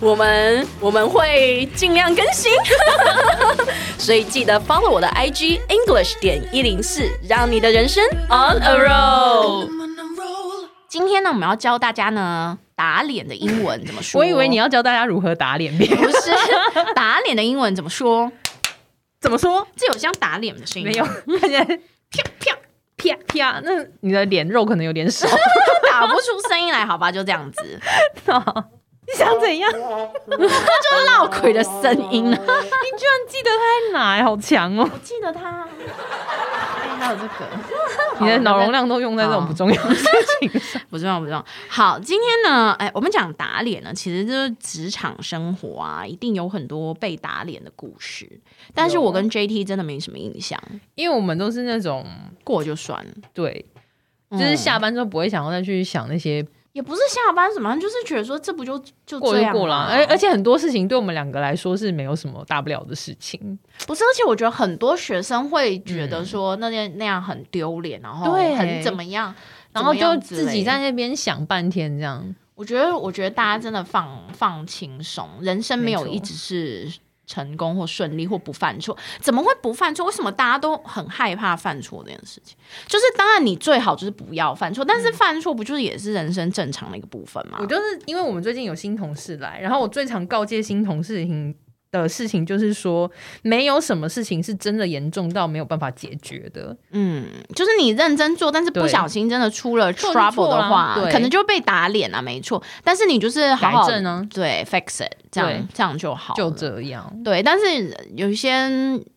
我们我们会尽量更新， 所以记得 follow 我的 IG English 点一零四，让你的人生 on a roll。今天呢，我们要教大家呢打脸的英文怎么说。我以为你要教大家如何打脸面，不是打脸的英文怎么说？ 怎么说？这有像打脸的声音吗没有，看起来啪啪啪啪，那你的脸肉可能有点 少。打不出声音来，好吧，就这样 子，你想怎样？你就是闹鬼的声音啊！ 居然记得他在哪、好强哦！我记得他，哎到这个，你的脑容量都用在这种不重要的事 情上。不重要，不重要。好，今天呢，哎，我们讲打脸呢，其实就是职场生活啊，一定有很多被打脸的故事。但是啊我跟 JT 真的没什么印象，因为我们都是那种过就算了。对，就是下班之后不会想要再去想那些也不是下班什么，就是觉得说这不就就过这就样过了吗啊，而而且很多事情对我们两个来说是没有什么大不了的事情。不是，而且我觉得很多学生会觉得说那件、那样很丢脸，然后嗯对很怎么样，然后怎么就样之类自的己在。那边想半天，这样我觉得，我觉得大家真的放放轻松，人生没有没错一直是成功或顺利或不犯错，怎么会不犯错？为什么大家都很害怕犯错这件事情？就是当然你最好就是不要犯错，但是犯错不就是也是人生正常的一个部分吗嗯我？就是因为我们最近有新同事来，然后我最常告诫新同事情的事情就是说，没有什么事情是真的严重到没有办法解决的。嗯，就是你认真做，但是不对小心真的出了错就错 trouble 的啦话，对可能就会被打脸啊，没错。但是你就是好好改正啊对，fix it，这对样这样就好了，就这样，对，但是有一些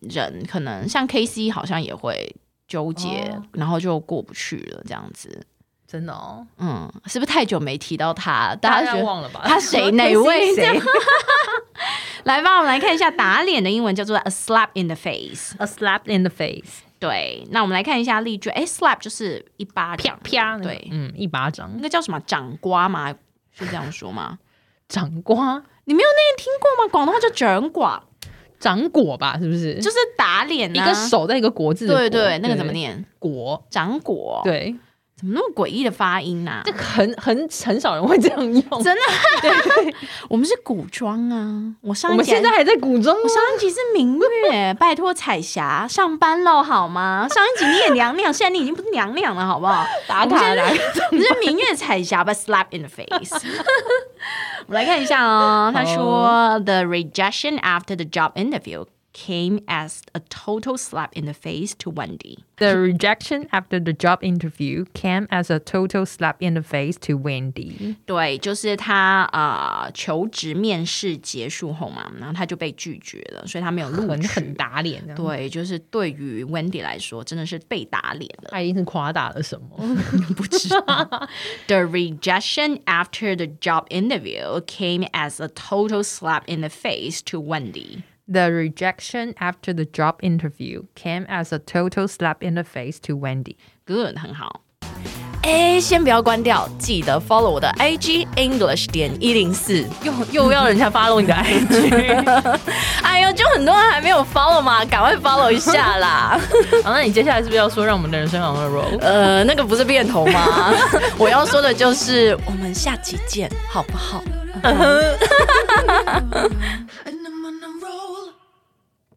人可能像 K C 好像也会纠结，哦然后就过不去了，这样子。真的哦，嗯，是不是太久没提到他？大家觉得忘了吧？他谁 哪位谁来吧，我们来看一下打脸的英文叫做 a slap in the face。 ？A slap in the face，对，那我们来看一下例句。哎slap 就是一巴啪掌，啪，那个对嗯，一巴掌那，个叫什么掌瓜吗？是这样说吗？掌瓜，你没有那天听过吗？广东话叫掌瓜，掌果吧，是不是？就是打脸、啊，一个。手在一个国字的国，对对，那个怎么？念？国，掌果。，对，怎么那么诡异的发音啊？这个很很很少人会这样用。真的，我们是古装啊！我上我一们集还现在还在古装我上一集是明月， 拜托彩霞上班喽好吗？上一集你也娘娘，现在你已经不是娘娘了好不好？ 打我卡们啦现，在不是明月彩霞吧？Slap in the face。我们来看一下哦，他说：“The rejection after the job interview came as a total slap in the face to Wendy。 The rejection after the job interview came as a total slap in the face to Wendy。” 对，就是他啊、呃求职面试结束后嘛，然后他就被拒绝了，所以他没有录 很取。很打脸 啊，对，就是对于 Wendy 来说，真的是被打脸 了。他一定是夸大了什么？不知道 The rejection after the job interview came as a total slap in the face to Wendy。 The rejection after the job interview came as a total slap in the face to Wendy。 Good，很好。哎，先不要关掉，记得 follow 我的 IG English 点一零四。又又要人家 follow 你的 IG， 哎呦，就很多人还没有 follow 嘛，赶快 follow 一下啦。 好，那你接下来是不是要说让我们的人生 on a roll？呃，那个不是变头吗？ 我要说的就是，我们下期见，好不好？ I